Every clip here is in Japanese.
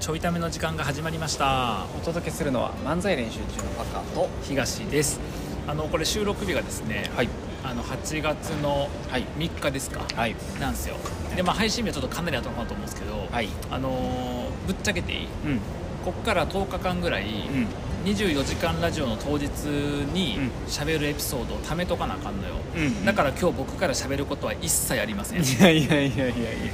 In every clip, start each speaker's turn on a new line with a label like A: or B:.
A: ちょいための時間が始まりました
B: お届けするのは漫才練習中のパカと
A: 東ですあのこれ収録日がですね、
B: はい
A: あの8月の
B: はい
A: 3日ですか、
B: はい
A: なんですよでまあ配信日はちょっとかなり後の方だと思うんですけど、
B: はい
A: あのーぶっちゃけていい
B: うん
A: こっから10日間ぐらい、
B: うん
A: 24時間ラジオの当日に
B: うん
A: 喋るエピソードを貯めとかなあかんのよ、
B: うん
A: だから今日僕から喋ることは一切ありません
B: いやいやいやいやいやえ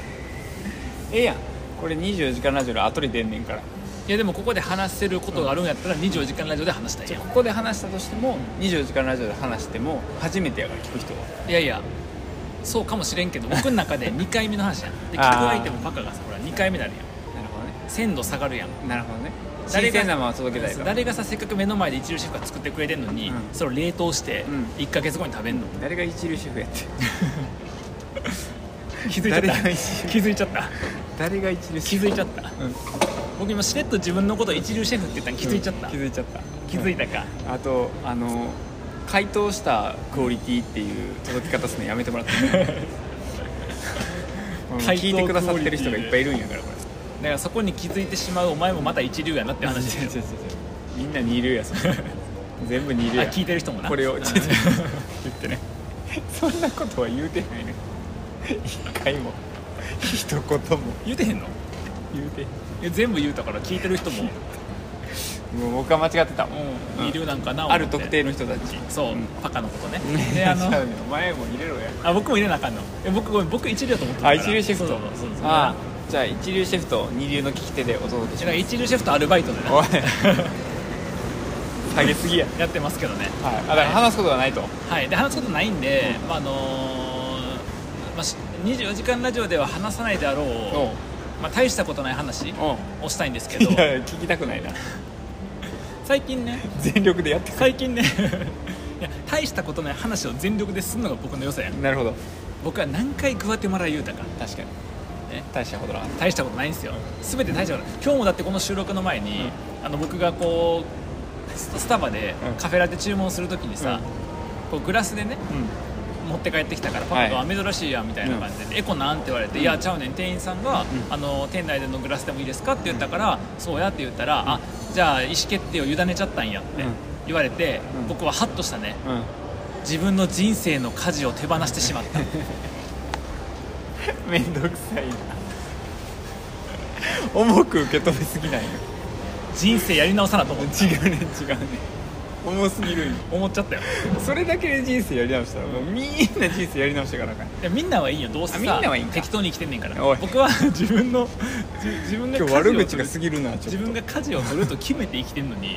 B: えやんこれ24時間ラジオの後に出んねんから
A: いやでもここで話せることがあるんやったら24時間ラジオで話したい
B: じゃ
A: や
B: あここで話したとしても24時間ラジオで話しても初めてやから聞く人は
A: んいやいやそうかもしれんけど僕の中 で2回目の話やんで聞く
B: あー
A: 相手もバカがさほら2回目になるやん
B: なるほどね
A: 鮮度下がるやん
B: なるほどね新
A: 誰が
B: 鮮なまま届けたいから
A: 誰がさせっかく目の前で一流シェフが作ってくれてんのに、
B: うん
A: それを冷凍して
B: うん
A: 1か月後に食べんの、
B: 誰が一流シェフやって
A: 気づいちゃった
B: 誰が一流
A: 気づいちゃ った
B: 誰が一流
A: 気
B: シェフ
A: づいちゃった
B: うん
A: 僕今しれっと自分のことを一流シェフって言ったの気づいちゃった、
B: うん気づいちゃった
A: 気づいたか、
B: うんあとあの解凍したクオリティっていう届き方するのやめてもらっていい うん
A: 解凍
B: 聞いてくださってる人がいっぱいいるんやからこれ
A: だからそこに気づいてしまうお前もまた一流やなって話
B: 違う違う
A: で
B: 違う違う みんな二流やそ れ全部二流
A: あ
B: や
A: 聞いてる人もな
B: これを
A: うん
B: 違う違う 言ってね そんなことは言うてないね一回も一言も
A: 言うてへんの
B: 言うて
A: え全部言うたから聞いてる人も、
B: もう僕は間違ってたもん、
A: うん
B: うん
A: 二流なんかな思って
B: ある特定の人たち
A: そう、
B: ん
A: パカのこと ね
B: ね
A: であの
B: 違うねお前も入れろや
A: あ僕も入れなあかんのえ僕ごめん僕一流だと思ってた
B: あ一流シェフ
A: そ
B: と
A: うそうそうそう
B: あじゃあ一流シェフと二流の利き手でお届けし
A: だ
B: ま
A: から
B: す
A: 一流シェフとアルバイトでね
B: おい 下げすぎや
A: やってますけどね
B: はいあだから話すことがないと
A: はいで話すことないんで、まああのーまあし、24時間ラジオでは話さないであろう、まあ、大したことない話をしたいんですけど
B: いや聞きたくないな
A: 最近ね
B: 全力でやってく
A: 最近ね いや大したことない話を全力ですんのが僕の良さやん
B: なるほど
A: 僕は何回グアテマラ言うたか
B: 確かに
A: ね
B: 大したことなかっ
A: 大したことないんですよ全て大したことない今日もだってこの収録の前に、あの僕がこうススタバで
B: うん
A: カフェラテ注文するときにさ、こうグラスでね
B: たう
A: 持って帰ってきたからパパが「
B: は
A: 珍しいや」みたいな感じで「エコなん?」って言われて「いやちゃうねん店員さんが、
B: うん
A: あの店内でのグラスでもいいですか?」って言ったから「そうや」って言ったら「あじゃあ意思決定を委ねちゃったんや」って
B: うん
A: 言われて、
B: うん
A: 僕はハッとしたね
B: んうん
A: 自分の人生の舵を手放してしまった
B: めんどくさいな重く受け止めすぎないよ
A: 人生やり直さなと思って
B: 違うね違うね重すぎるんよ
A: 思っちゃったよ
B: それだけで人生やり直したらもうみんな人生やり直していかなあかん
A: いやみんなはいいよどうせさ
B: あみんなはいいんか
A: 適当に生きてんねんから
B: おい
A: 僕は 自分のじ自分が
B: 今日
A: 舵を
B: 悪
A: 取る
B: 口が過ぎるなちょっと
A: 自分が舵を取ると決めて生きてんのに
B: う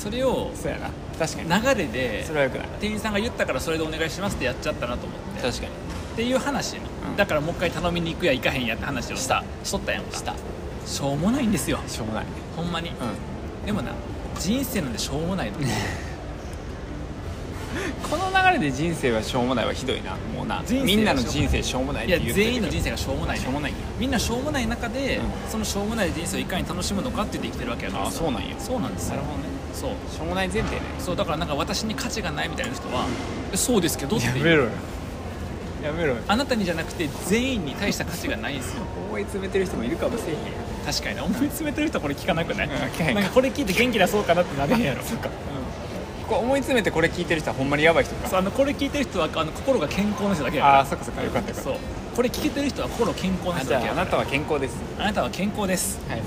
A: それを
B: んそうやな確かに
A: 流れで
B: それはよくない
A: 店員さんが言ったからそれでお願いしますってやっちゃったなと思って
B: 確かに
A: っていう話な、
B: うん
A: だからもう一回頼みに行くや行かへんやって話をしたしとったやんかしたしょうもないんですよ
B: しょうもない
A: ほんまに、
B: う
A: でもな人生なんでしょうもないの
B: んこの流れで人生はしょうもないはひどいなもうな
A: 人生は
B: みんなの人生しょうもないっ
A: い
B: て
A: や
B: 言って
A: 全員の人
B: 生
A: 生がしょうもないね
B: しょうもないんや
A: みんなしょうもない中で、
B: う
A: そのしょうもない人生をいかに楽しむのかって言って生きてるわけやから
B: あそうなんや
A: そうなんですよ
B: なるほどね
A: そう
B: しょうもない前提ね
A: そうだからなんか私に価値がないみたいな人は、えそうですけどっていう
B: ろよやめろよ
A: あなたにじゃなくて全員に対した価値がないんですよ
B: 思い詰めてる人もいるかもしれへんや
A: 確かにね思い詰めてる人はこれ聞かなくない、
B: うん聞かへんか
A: なんかこれ聞いて元気出そうかなってなれへん やろそうか
B: んこう思い詰めてこれ聞いてる人はほんまにヤバい人か
A: あのこれ聞いてる人はあの心が健康な人だけやから
B: ああーそっかそっかよかったよかった
A: そうこれ聞けてる人は心健康な
B: あ
A: 人
B: じゃ
A: だけや
B: ああ
A: から
B: なたは健康です
A: あなたは健康です
B: はい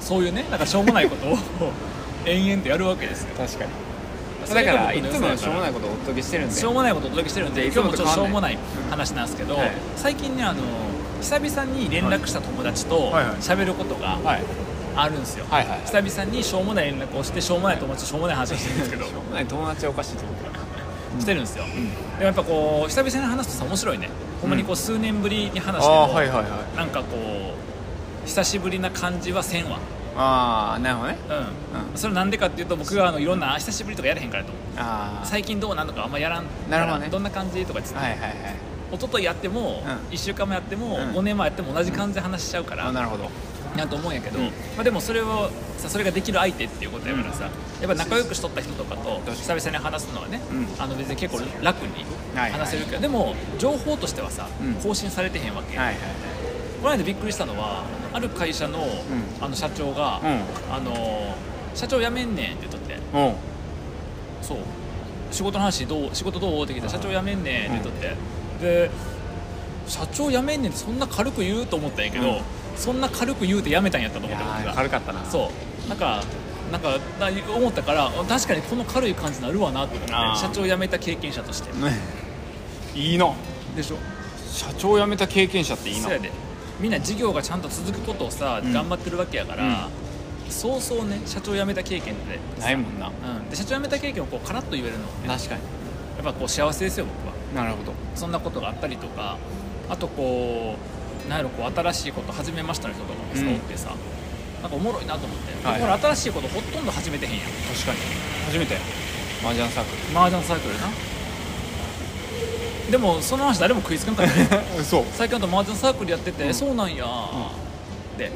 A: そういうねなんかしょうもないこと を延々とやるわけですよ
B: 確かに
A: そ
B: だ
A: れ
B: か
A: が
B: ら
A: 僕
B: い
A: の
B: つも
A: 良
B: の
A: さ
B: しょうも
A: やか
B: ないことをお届けしてるん
A: ら
B: で
A: しょうもないことをお届けしてるんで今
B: いつ
A: 日
B: も
A: も
B: と
A: ちょ
B: 変
A: っと
B: わ
A: しょ
B: んない
A: うもない話なんですけど、
B: はい
A: 最近ねあの久々に連絡した友達と
B: はいはい
A: 喋ることが
B: はい
A: あるんですよ、
B: はいはい
A: 久々にしょうもない連絡をしてしょうもない友達としょうもない話をしてるんですけど
B: し ょうもない友達はおかしいと思うから
A: してるんですよ、
B: ん
A: でもやっぱこう久々に話すとさ面白いねほんまにこう数年ぶりに話しても、
B: あーはいはいはい
A: なんかこう久しぶりな感じはせんわ
B: ああなるほどね
A: うん、
B: うん
A: それなんでかっていうと僕があのいろんなあ久しぶりとかやれへんからと思う
B: ああ
A: 最近どうなんのかあんまやらんから
B: なるほどね
A: どんな感じとか言って
B: はいはいはい
A: 一昨日やっても、
B: う
A: 1週間もやっても、
B: うん
A: 5年前やっても同じ感じで話しちゃうから、
B: あなるほど
A: なと思うんやけど、
B: うん
A: まあ、でもそれをさそれができる相手っていうことやからさ、やっぱ仲良くしとった人とかと
B: かに
A: 久々に話すのはね、
B: うん
A: あの別に結構楽に
B: はいはい
A: 話せるけど、でも情報としてはさ、
B: うん
A: 更新されてへんわけ、
B: はいはい
A: この間びっくりしたのはある会社の,、あの社長が、あの社長辞めんねんって言っとって
B: うん
A: そう仕事の話どう仕事どうって聞いたら社長辞めんねんって言っとって、で社長辞めんねんってそんな軽く言うと思ったんやけど、
B: うん
A: そんな軽く言うて辞めたんやったと
B: い
A: 思っ
B: や
A: た僕
B: ー
A: が
B: 軽かったなう
A: そうなんかなんかな思ったから確かにこの軽い感じになるわなと思って
B: あー
A: 社長辞めた経験者として
B: いいな
A: でしょ
B: 社長辞めた経験者っていいな
A: そうやでみんな事業がちゃんと続くことをさ、
B: うん
A: 頑張ってるわけやから、そうそうね社長辞めた経験って
B: ないもんな
A: うん、で社長辞めた経験をこうカラッと言えるのってね
B: 確かに
A: やっぱこう幸せですよ僕は
B: なるほど
A: そんなことがあったりとかあとこうなんやろこう新しいこと始めましたの人とかもそう
B: うん
A: ってさ、なんかおもろいなと思って、
B: はい
A: 僕ら新しいことほとんど始めてへんやん
B: 確かに初めて麻雀サーク
A: 麻雀サークルなでもその話誰も食いつかんか ったね
B: ル そう
A: 最近だと麻雀サークルやってて、
B: うん
A: そうなんやで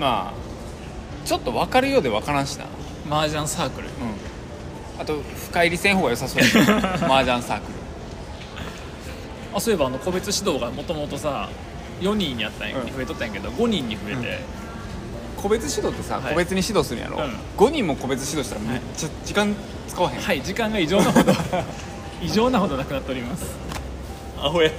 B: まあちょっと分かるようで分からんしな
A: 麻雀サークル
B: うんあと深入りせん方が良さそうやけど 麻雀サーク
A: あそういえばあの個別指導がもともとさ4人やったんや、
B: うん
A: 増えとったんやけど5人に増えて、
B: ル個別指導ってさ、
A: はい
B: 個別に指導するんやろ、
A: うん
B: 5人も個別指導したらめっちゃ時間使わへん、
A: はい時間が異常なほど 異常なほどなくなっております
B: アホや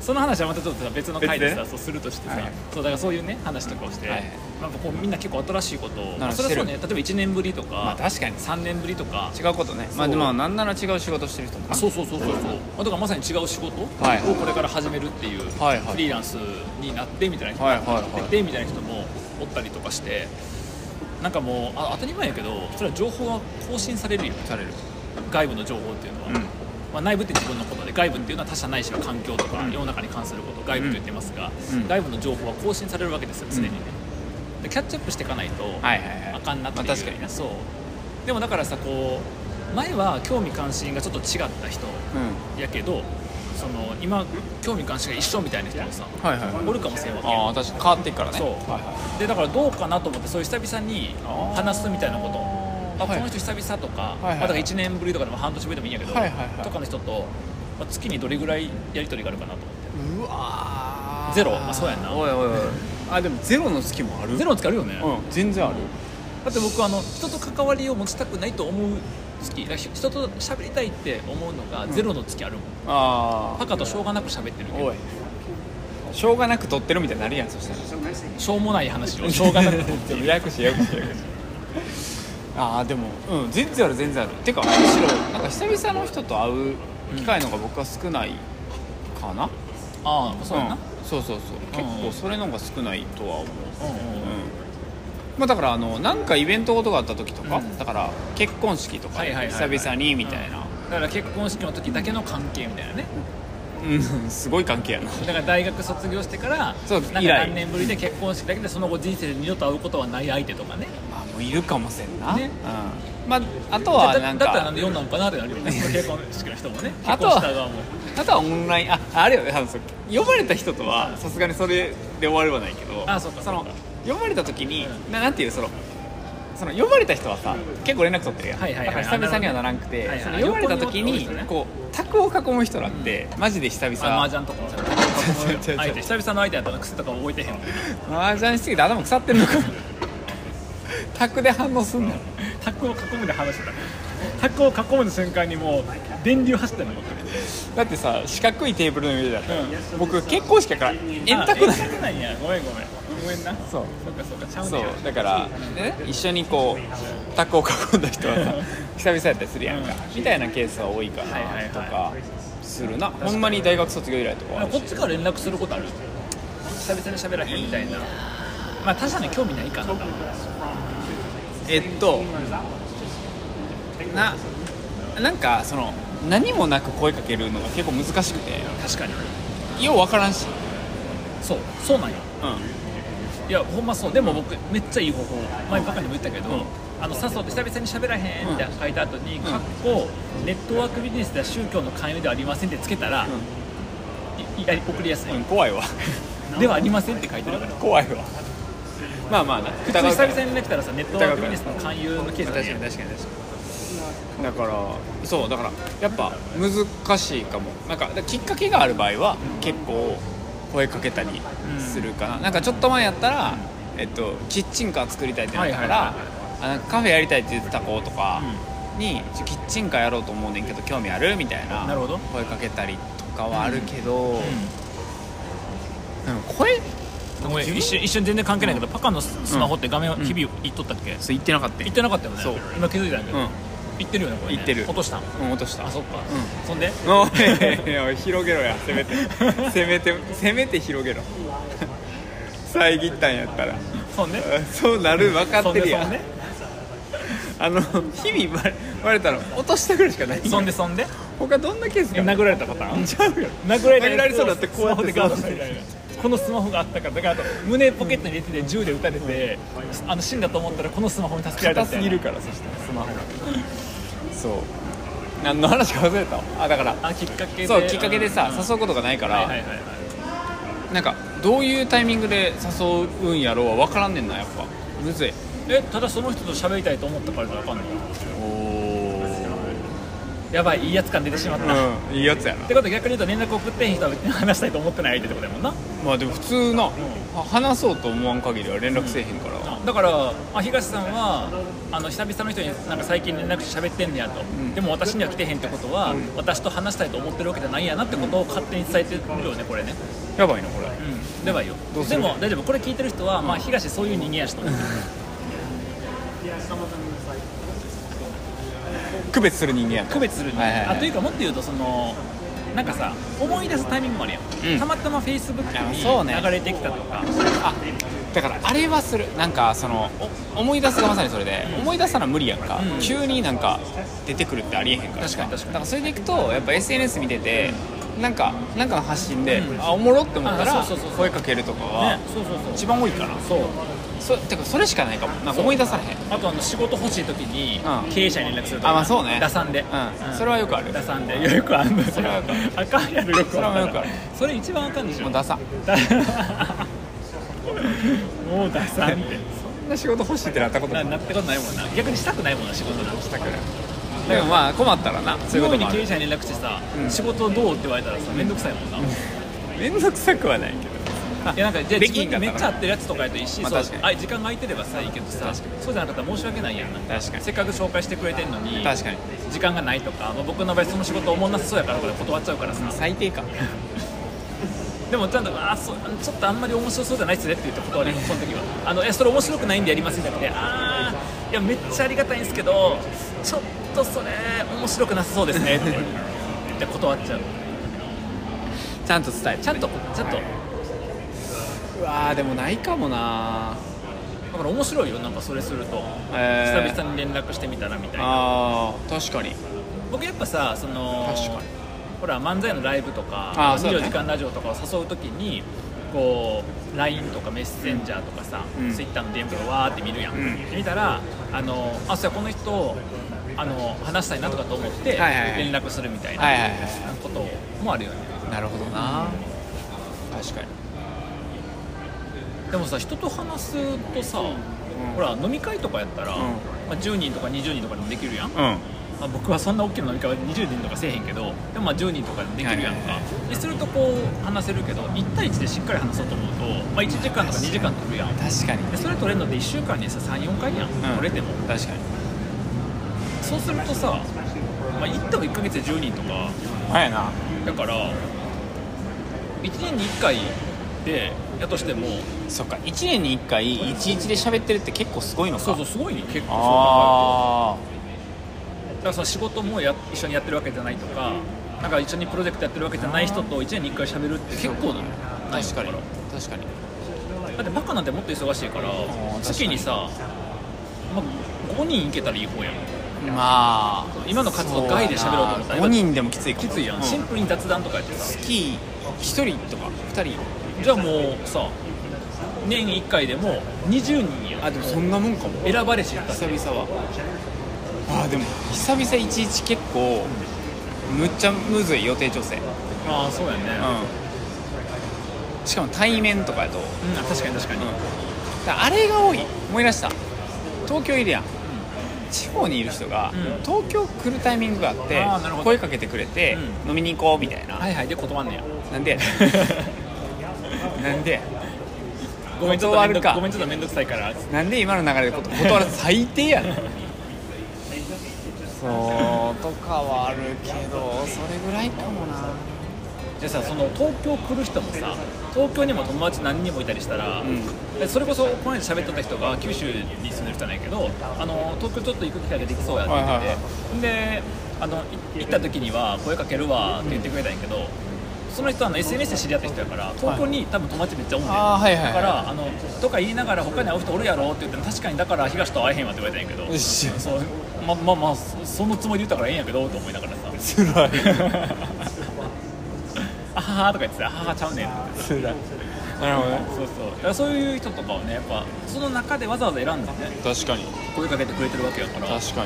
A: その話はまたちょっとさ別の回でさ
B: 別
A: そうするとしてさ、
B: はい
A: そうだからそういうね話とかをして、
B: はい
A: まあ、こうみんな結構新しいことを、
B: ん
A: まあ、
B: し
A: そ
B: て
A: れ
B: る
A: はそうね例えば1年ぶりとか、
B: まあ確かに
A: 3年ぶりとか
B: 違うことね
A: そ
B: まあ
A: う
B: でもなんなら違う仕事してる人もな
A: そうそうそうそうそうだからまさに違う仕事を
B: はい
A: これから始めるっていう、
B: はいはい
A: フリーランスになってみたいな人
B: はいはいはい
A: なっててみたいな人もおったりとかしてなんかもうあ当たり前やけどそれは情報は更新されるよ
B: される
A: 外部の情報っていうのは、
B: うん
A: まあ、内部って自分のことで外部っていうのは他者ないしは環境とか
B: うん
A: 世の中に関すること外部と言ってますが、
B: うん
A: 外部の情報は更新されるわけですよ常にね、でキャッチアップしていかないと、
B: はいはいはい
A: あかんなっていう、
B: まあ、確かにね
A: そうでもだからさこう前は興味関心がちょっと違った人
B: う
A: やけどその今興味関心が一緒みたいな人もさ
B: んはいはいはい
A: おるかもしれんわけ
B: ああ
A: や
B: 確かに変わっていくからね
A: そう
B: はいはい
A: でだからどうかなと思ってそういう久々に
B: あー
A: 話すみたいなことあ
B: はい
A: この人久々とか、
B: いはい
A: まあだから1年ぶりとかでも半年ぶりでもいいんやけど、
B: はいはいはい
A: とかの人と、まあ、月にどれぐらいやり取りがあるかなと思って
B: うわー
A: ゼロまあそうやんな
B: おいおいおいあでもゼロの月もある
A: ゼロの月あるよね、
B: うん全然ある
A: だって僕あの人と関わりを持ちたくないと思う月だからひ人と喋りたいって思うのがゼロの月あるもん、
B: あ
A: パカとしょうがなく喋ってるけど
B: おいしょうがなく取ってるみたいになるやんそしたら
A: しょうもない 話を しょうがなく撮ってる
B: ややこしいややこしいややこしいああでもうん全然ある全然あるてかむしろなんか久々の人と会う機会の方が僕は少ないかな、
A: ああそうやな、
B: んそうそうそう
A: うんうん
B: 結構それの方が少ないとは思う
A: うんうん
B: うん
A: うん
B: まあ、だからあのなんかイベントごとがあった時とか、
A: うん
B: だから結婚式とか
A: はいはいはいは
B: 久
A: い
B: 々にみたいな、
A: だから結婚式の時だけの関係みたいなね
B: うん、すごい関係やな
A: だから大学卒業してから
B: そう
A: なん
B: 以
A: か
B: 来
A: 何年ぶりで結婚式だけでその後人生で二度と会うことはない相手とかね
B: あもういるかもしれんな、
A: ね
B: うん、まああとは
A: だ
B: なん
A: だったらな
B: か
A: んで4なのかなってなるよねその結婚式の人もね
B: あ
A: 結
B: と
A: 婚
B: は
A: した側も
B: あとはオンラインああれよあのそう呼ばれた人とはさすがにそれで終わりはないけど
A: あそうか
B: の
A: そうか
B: 呼ばれた時に、
A: う
B: ななんていうそのその呼ばれた人はさ結構連絡取ってるやん、
A: はいはいはい
B: だから久々にはならなくて、
A: なるほどね
B: その呼
A: は
B: ば
A: いはい
B: れた時
A: 横に
B: に
A: 多い人ね
B: こう卓を囲む人らって、マジで久
A: あ
B: 々
A: 麻雀とかもさ
B: 違う違う違う
A: 相手久々の相手やったら癖とか覚えてへんの
B: 麻雀しすぎて頭腐ってるのかな卓で反応すんの
A: タックを囲むで話してたタックを囲むの瞬間にもう電流走ってるの分かる
B: だってさ四角いテーブルの上だったら、
A: うん
B: 僕結婚式やから円卓だ
A: あ円卓なんやごめんごめんごめんな
B: そう
A: そうかそうかちゃうね
B: そ
A: や
B: うだから、ね、一緒にこうタッグを囲んだ人はさ久々やったりするやんか、みたいなケースが多いか
A: はいはいは
B: ないとかするな、ほんまに大学卒業以来とかはある
A: こっ
B: し
A: ちから連絡することある久々に喋らへんみたいなまあ他者に興味ないかな
B: えっとななんかその何もなく声かけるのが結構難しくて
A: 確かに
B: よう分からんし、
A: そうそうなんよ
B: う
A: いやほんまそうでも僕めっちゃいい方法前バカにも言ったけど、あの誘って久々に喋らへんって書いた後に「かっこネットワークビジネスでは宗教の勧誘ではありません」ってつけたら、いやり送りやすい、
B: んうん、怖いわ
A: ではありませんって書いてるから
B: 怖いわまあまあな
A: 普
B: 疑うか
A: 通
B: ら
A: 久々に来たらさネットワークビジネスの勧誘のケースだね
B: 確かに確かにだからそうだからやっぱ難しいかもなんかだからきっかけがある場合は結構声かけたりするかな、なんかちょっと前やったら、えっと、キッチンカー作りたいってなったから、
A: はいはいはい
B: あなんかカフェやりたいって言ってた子とかに、ちょキッチンカーやろうと思うねんけど興味あるみたいな
A: なるほど
B: 声かけたりとかはあるけど、なんか声
A: ごめん
B: 自分
A: 一瞬一瞬全然関係ないけど、パカのススマホって画面は
B: うん
A: 日々いっとったっけ、
B: そう言ってなかった
A: い
B: よ
A: っ、てなかったよね
B: そう
A: 今気づいたんだけど、
B: う
A: い
B: ん
A: ってるよねこれね
B: いってる
A: 落としたん
B: うん、落とした
A: あそっか、
B: う
A: そんで
B: おいいやおい広げろやせめてせめてせめて広げろ遮ったんやったら
A: そんで
B: そうなる分か
A: そ
B: っ
A: ん
B: て
A: で
B: るや
A: そん
B: ん
A: で
B: あの日々バレバレたら落としたぐらいしかない
A: そんでそんで
B: 他どんなケース
A: え
B: が
A: 殴られたパターン
B: ちゃうよ
A: 殴られたやつを
B: 殴られそうだってこうや
A: スマ
B: って
A: ホでガードしたみたいなこのスマホがあったからだからあと胸ポケットに入れてて銃で撃たれて、あの死んだと思ったらこのスマホに助けられたみた
B: 硬す
A: いな
B: ぎるからそしたら
A: スマホが
B: そう何の話か忘れたわあだから
A: あきっかけで
B: そうきっかけでさ
A: うん
B: 誘うことがないか
A: はいはい
B: ら
A: はいはい
B: なんかどういうタイミングで誘うんやろうは分からんねんなやっぱむずい
A: えただその人と喋りたいと思ったからじゃ分かんない
B: おお
A: やばいいいやつ感出てしまった、っ
B: うんいいやつやな
A: てことは逆に言うと連絡送ってへん人は別に話したいと思ってない相手ってことやもんな
B: まあでも普通な、は話そうと思わん限りは連絡せえへんから、
A: だからあ東さんはあの久々の人になんか最近連絡して喋ってんねやと、
B: ん
A: でも私には来てへんってことは、私と話したいと思ってるわけじゃないんやなってことを勝手に伝えてるよねこれね
B: やばいなこれ
A: うんではいいよ
B: どうす
A: で
B: る
A: も大丈夫これ聞いてる人は、まあ東そういう人間やしと思う
B: 区別する人間やと
A: 区別するに、
B: はいはいはい
A: あというかもっと言うとそのなんかさ思い出すタイミングもあるやん、
B: うん
A: たまたまフェイスブック
B: あそうね
A: に流れてきたとか、
B: あだからあれはするなんかそのお思い出すがまさにそれで、思い出さな無理やんか、
A: うん
B: 急になんか出てくるってありえへんから
A: 確かに確かに
B: だからそれでいくとやっぱ SNS 見ててなんかなんかの発信で、
A: うん
B: あおもろって思った
A: あ
B: ら
A: そうそうそうそう
B: 声かけるとかは、
A: ねそうそうそう
B: 一番多いかな
A: そう
B: そてかそれしかないかもなんか思い出されへん
A: あとあの仕事欲しい時に
B: うん
A: 経営者に連絡するとか、
B: あまあそうね
A: 打算で、
B: うんそれはよくある
A: 打算でいやよくあるんだ
B: それはよくある
A: あかんやろよく
B: それはよくある
A: それ一番あかんでしょ
B: もうダサ
A: だ もう打算って
B: そんな仕事欲しいってなったこと
A: な
B: ない
A: なってことないもんな逆にしたくないもんな仕事なんて
B: したくないでもまあ困ったらなそういうこ
A: 妙
B: と
A: に
B: もあ
A: 経営
B: る
A: 者に連絡してさ、
B: うん
A: 仕事どうって言われたらさ面倒くさいもんな、
B: 面倒くさくはないけど
A: いやなんかじゃあ
B: で
A: 自
B: き
A: 分
B: んか
A: で
B: っ
A: め
B: たら
A: っちゃ合ってるやつとかやといいし、
B: まあ
A: そう
B: 確かに
A: あ時間が空いてればさいいけどさそうじゃなかったら申し訳ないやんなん
B: 確かに
A: せっかく紹介してくれてんのに
B: 確かに
A: 時間がないとか、まあ、僕の場合その仕事おもんなさそうやからこれ断っちゃうからさ
B: 最低か
A: でもちゃんとあそうちょっとあんまり面白そうじゃないっすねって言った断れるその時はあのえそれ面白くないんでやりませんじゃなくてあーいやめっちゃありがたいんですけどちょっとそれ面白くなさそうですねって言って断っちゃう
B: ちゃんと伝えて
A: ちゃんとちゃんと
B: うわーでもないかもな
A: だから面白いよなんかそれすると
B: えー
A: 久々に連絡してみたらみたいな
B: あー確かに
A: 僕やっぱさその
B: 確かに
A: ほら漫才のライブとか
B: あーそうだ
A: 24
B: ね
A: 時間ラジオとかを誘う時にこう LINE とかメッセンジャーとかさ、
B: うん
A: Twitter の DM とかわーって見るやん、
B: うん
A: で見たらあのあそうやこの人あの話したいなとかと思って
B: はいはいはい
A: 連絡するみたい
B: はい
A: な
B: はいは
A: こともあるよね、
B: いなるほどな確かに
A: でもさ人と話すとさ、
B: ん
A: ほら飲み会とかやったら、まあ、10人とか20人とかでもできるやん、
B: うん
A: まあ、僕はそんな大きな飲み会は20人とかせえへんけどでもまあ10人とかでできるやん
B: はい
A: か、
B: はいは
A: でするとこう話せるけど1対1でしっかり話そうと思うと、まあ、1時間とか2時間取るやんで
B: 確かに
A: それ取れるのって1週間にさ34回やん、
B: ん
A: 取れても
B: 確かに
A: そうするとさ、まあ、行っても1ヶ月で10人とか
B: はいな
A: だから1年に1回でやとしても
B: そっか1年に1回11で喋ってるって結構すごいのか
A: そうそうすごいね結構そう考えると
B: あ
A: だからその仕事もや一緒にやってるわけじゃないとかなんか一緒にプロジェクトやってるわけじゃない人と1年に1回喋るって結構なの
B: あ確かに
A: だ
B: 確かに
A: だってバカなんてもっと忙しいから
B: ー
A: 月にさ、まあ、5人いけたらいい方やん
B: まあ
A: 今の活動外で喋ろうと思ったら
B: 5人でもきついかも
A: きついやん、
B: う
A: シンプルに雑談とかやってさ
B: 月1人とか2人
A: じゃあもうさ年1回でも20人やん
B: あでもそんなもんかも
A: 選ばれしった
B: 久々はあーでも久々11結構むっちゃむずい予定調整
A: ああそうやね
B: うんしかも対面とかやと、
A: うん、あ確かに確かに、
B: だからあれが多い思い出した東京いるやん、地方にいる人が、
A: うん
B: 東京来るタイミングがあって
A: あーなるほど
B: 声かけてくれて、
A: う
B: 飲みに行こうみたいな、
A: はいはいで断んねや
B: なんで なんで
A: ごめんちょっとめんど
B: 断るか
A: ごめんちょっと面倒くさいから
B: なんで今の流れでこと断る最低や なそうとかはあるけどそれぐらいかもな
A: じゃあさその東京来る人もさ東京にも友達何人もいたりしたら、
B: うん
A: でそれこそこの間喋っとった人が九州に住んでる人なんやけどあの東京ちょっと行く機会ができそうやって言ってて、
B: はいはい
A: であのい行った時には声かけるわって言ってくれたんやけど、その人はあの SNS で知り合った人やから東京に多分友達めっちゃおんねん、
B: あーはいはい
A: だからあのとか言いながら他に会う人おるやろって言って確かにだから東と会えへんわって言われたんやけど
B: よし
A: そうままあまあそそのつもりで言ったからええんやけどと思いながらさ
B: つらい
A: あははとか言ってたあははちゃうねんって
B: つらいなるほどね
A: そうそうだからそういう人とかをねやっぱその中でわざわざ選んでね
B: 確かに
A: 声かけてくれてるわけやから
B: 確かにそう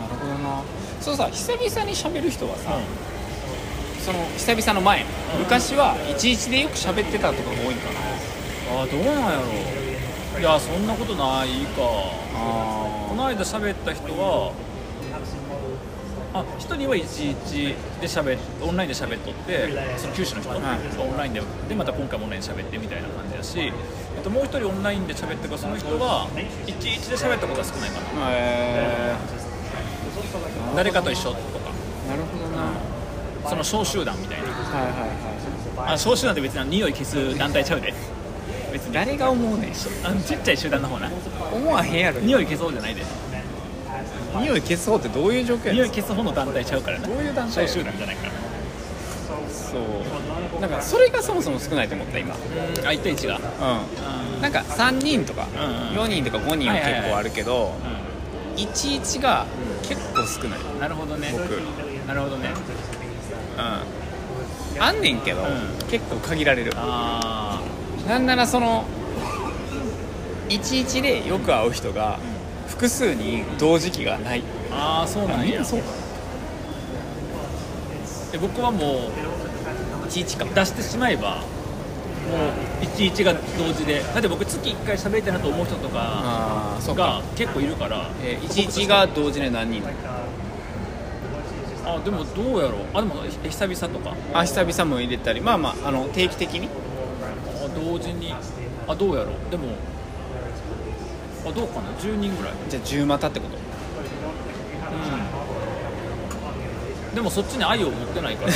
B: なるほどなそうさ久々に喋る人はさ、
A: う
B: その久々の前
A: うん
B: 昔は11でよく喋ってたとかが多いんかなん
A: あーどうなんやろいやそんなことないかこ
B: あ
A: の間喋った人はあ一人はいちいちで喋っオンラインで喋っとってその九州の人、
B: い
A: オンラインででまた今回もオンラインで喋ってみたいな感じだしあともう一人オンラインで喋ってるからその人はいちいちで喋ったことは少ないかな
B: あへ
A: 誰かと一緒とか
B: えなるほどな、はい
A: その小集団みたいな
B: はいはい
A: あ小集団って別にあの匂い消す団体ちゃうで別に
B: 誰が思うねん
A: あのちっちゃい集団の方な
B: 思わへんやろ
A: 匂い消そうじゃないで
B: 匂い消そうってどういう状況
A: 匂
B: や
A: い
B: ねん
A: 消す方の団体ちゃうからな
B: どういう団体
A: 小
B: や
A: 集団じゃないから
B: そうなんかそれがそもそも少ないと思った今
A: うんあ1対1が
B: うんなんか3人とか
A: うんうん
B: 4人とか5人は結構あるけど
A: う
B: 11が結構少ない
A: んなるほどね
B: 僕
A: なるほどね
B: うんあんねんけど
A: うん
B: 結構限られる
A: あ
B: なんならその11でよく会う人が複数に同時期がない
A: ーあーそうなんや
B: そうか
A: で僕はも
B: 11か
A: う出してしまえばもう11が同時でだって僕月1回喋りたいなと思う人とか
B: ああそう
A: が
B: か
A: 結構いるから
B: えー11が同時で何人
A: あでもどうやろうあでもえ久々とか
B: あ久々も入れたりまあまああの定期的に
A: あ同時にあどうやろうでもあどうかな10人ぐらい
B: じゃあ10股ってこと
A: うんでもそっちに愛を持ってない から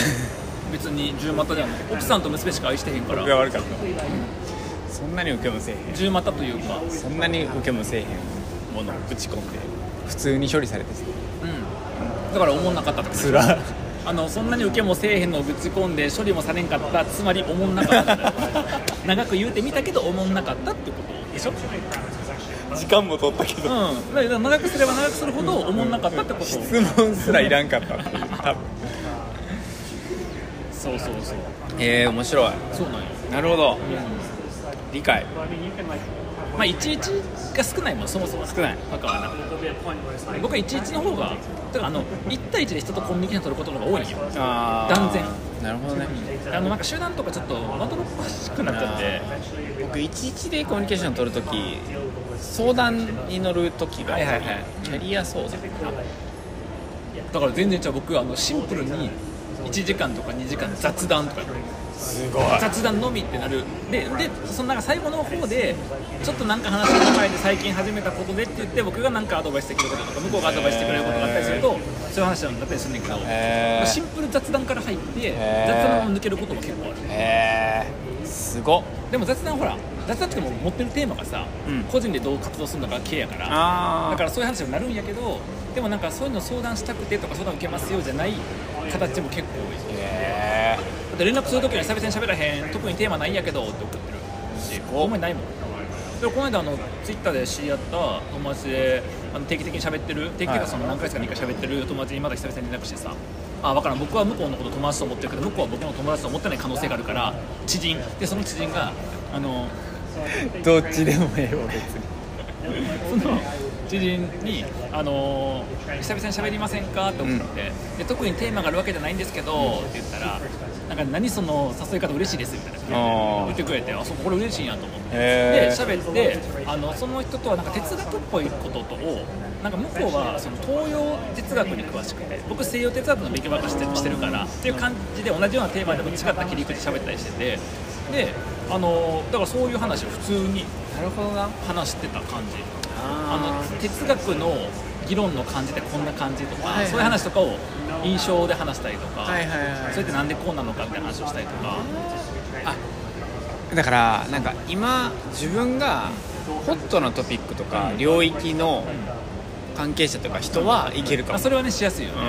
A: 別に10股ではない奥さんと娘しか愛してへんから
B: 悪かったそんなに受けもせえへん
A: 10股というか
B: そんなに受けもせえへんものをぶち込んで普通に処理されて
A: うんだから思んなかったとか
B: つら
A: あのそんなに受けもせえへんのをぶち込んで処理もされんかったつまり思んなかったんだ よ長く言うてみたけど思んなかったってことでしょ
B: 時間も取ったけ
A: うん
B: ど
A: だから長くすれば長くするほど思んなかったってこと
B: 質問すらいらんかったっていう多分
A: そうそうそう
B: えー、面白い
A: そうなんよ
B: なるほど理解
A: まあ11が少ないもんそもそも
B: 少ない
A: バカはな僕は11の方がだからあの1対1で人とコミュニケーション取ることの方が多いんよ
B: あー
A: 断然
B: なるほどね
A: あのなんか集団とかちょっとまどろっこしくなっちゃって
B: 僕11でコミュニケーション取るとき相談に乗るときが
A: はいはいはい
B: キャリア相談
A: だから全然違う僕はあのシンプルに1時間とか2時間雑談とか
B: すごい
A: 雑談のみってなるででそのなんか最後の方でちょっとなんか話の中で最近始めたことでって言って僕がなんかアドバイスできることとか向こうがアドバイスしてくれることがあったりするとそういう話になったりするんだけど、
B: へー
A: シンプル雑談から入って
B: へー
A: 雑談を抜けることも結構ある
B: へえすごっ
A: でも雑談ほら雑談っても持ってるテーマがさ、
B: うん
A: 個人でどう活動するのか系やから
B: あ
A: だ
B: だ
A: か
B: から
A: そういう話になるんやけどでもなんかそういうの相談したくてとか相談受けますよじゃない形も結構多い
B: らへえ
A: だって連絡するときは久々に喋らへん特にテーマないんやけどって送ってるし
B: ご
A: ほんまにないもんでこの間あのツイッターで知り合った友達であの定期的に喋ってる定期的
B: は
A: に
B: い
A: その何回かに1回喋ってる友達にまだ久々に連絡してさあ分からん僕は向こうのこと友達と思ってるけど向こうは僕の友達と思ってない可能性があるから知人でその知人があの
B: どっちでもええわ別に
A: その知人に、あのー久々に喋りませんか?」って送って、で「特にテーマがあるわけじゃないんですけど」って言ったら「なんか何その誘い方嬉しいですみたいな
B: あー
A: 言ってくれてあそうこれ嬉しいなと思ってで
B: へー
A: 喋ってあのその人とはなんか哲学っぽいこととをなんか向こうはその東洋哲学に詳しくて僕西洋哲学の勉強ばっかしてしてるからっていう感じで同じようなテーマでも違った切り口で喋ったりしててであのだからそういう話を普通に
B: なるほどな
A: 話してた感じあ
B: あ
A: の哲学の議論の感じってこんな感じとか、
B: はいはい
A: そういう話とかを印象で話したりとか、
B: はいはいはい
A: それってなんでこうなのかって話をしたりとか、
B: だからなんか今自分がホットなトピックとか領域の関係者とか人はいけるか
A: まあ、
B: も
A: それはねしやすいよね、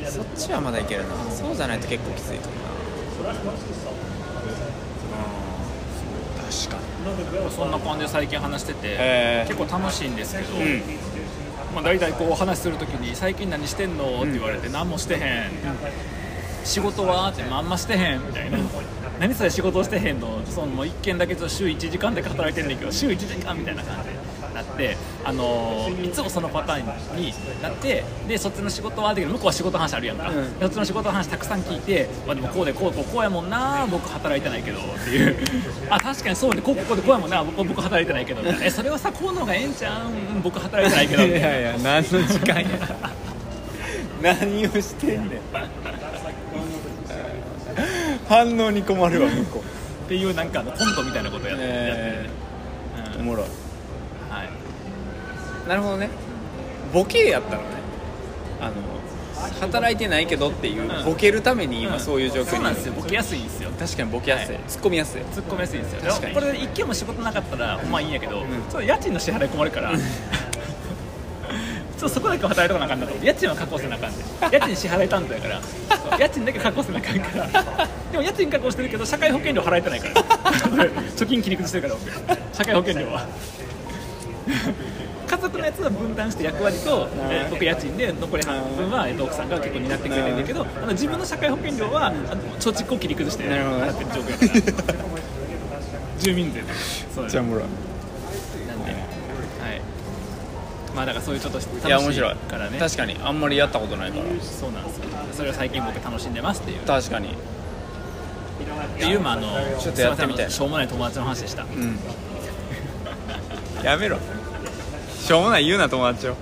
B: うんそっちはまだいけるなそうじゃないと結構きついと思うな確かに
A: そんな感じで最近話してて、
B: え
A: 結構楽しいんですけど、
B: うん
A: まあ、大体こうお話しするときに「最近何してんの?」って言われて「何もしてへん」仕事は?」って「まんましてへん」みたいな「何それ仕事してへんの?」そのもう一件だけちょっと週1時間で働いてんねんけど週1時間みたいな感じになって、あのーいつもそのパターンになってでそっちの仕事はだけど向こうは仕事の話あるやんか、
B: うん
A: そっちの仕事の話たくさん聞いて、まあ、でもこうでこうこうこうやもんな僕働いてないけどっていうあ確かにそうでこうこうこうでこうやもんな僕僕働いてないけどみたいなえそれはさこうの方がええんちゃうんうん僕働いてないけどみたいな。
B: やいや何の時間や何をしてんねん反応に困るわ向こう
A: っていうなんかあのコントみたいなことやって、
B: え
A: やって
B: お
A: ね
B: もろい
A: うんはい、
B: なるほどねボケやったのねあの働いてないけどっていう、
A: うん
B: ボケるために今
A: ん
B: そういう状況に
A: そうなんですよボケやすいんですよ
B: 確かにボケやすい、
A: はい
B: ツッコみやすい
A: 突っ込みやすいんですよ
B: 確かに
A: これ一件も仕事なかったらほんまいいんやけど、
B: ん
A: ちょっと家賃の支払い困るから ちょっとそこだけ働いとかなあかんなと思って家賃は確保せなあかんで家賃支払い担当やからそう家賃だけ確保せなあかんからでも家賃確保してるけど社会保険料払えてないから 貯金切り崩してるから僕社会保険料 は家族のやつは分担して役割と、えー僕家賃で残り半分は、えーと奥さんが結構担ってくれてるんだけどあの自分の社会保険料はあの貯蓄を切り崩して
B: なるほどね
A: やってる状況だから住民税とかそうです
B: おもろい
A: なんではいまあだからそういうちょっと楽し
B: いや面白い
A: からね
B: 確かにあんまりやったことないから
A: そうなんですよそれを最近僕楽しんでますっていう
B: 確かに
A: っていうまああの
B: ちょっとやってみた
A: すませんあの
B: い
A: しょうもない友達の話でした
B: やめろしょうもない言うな友達を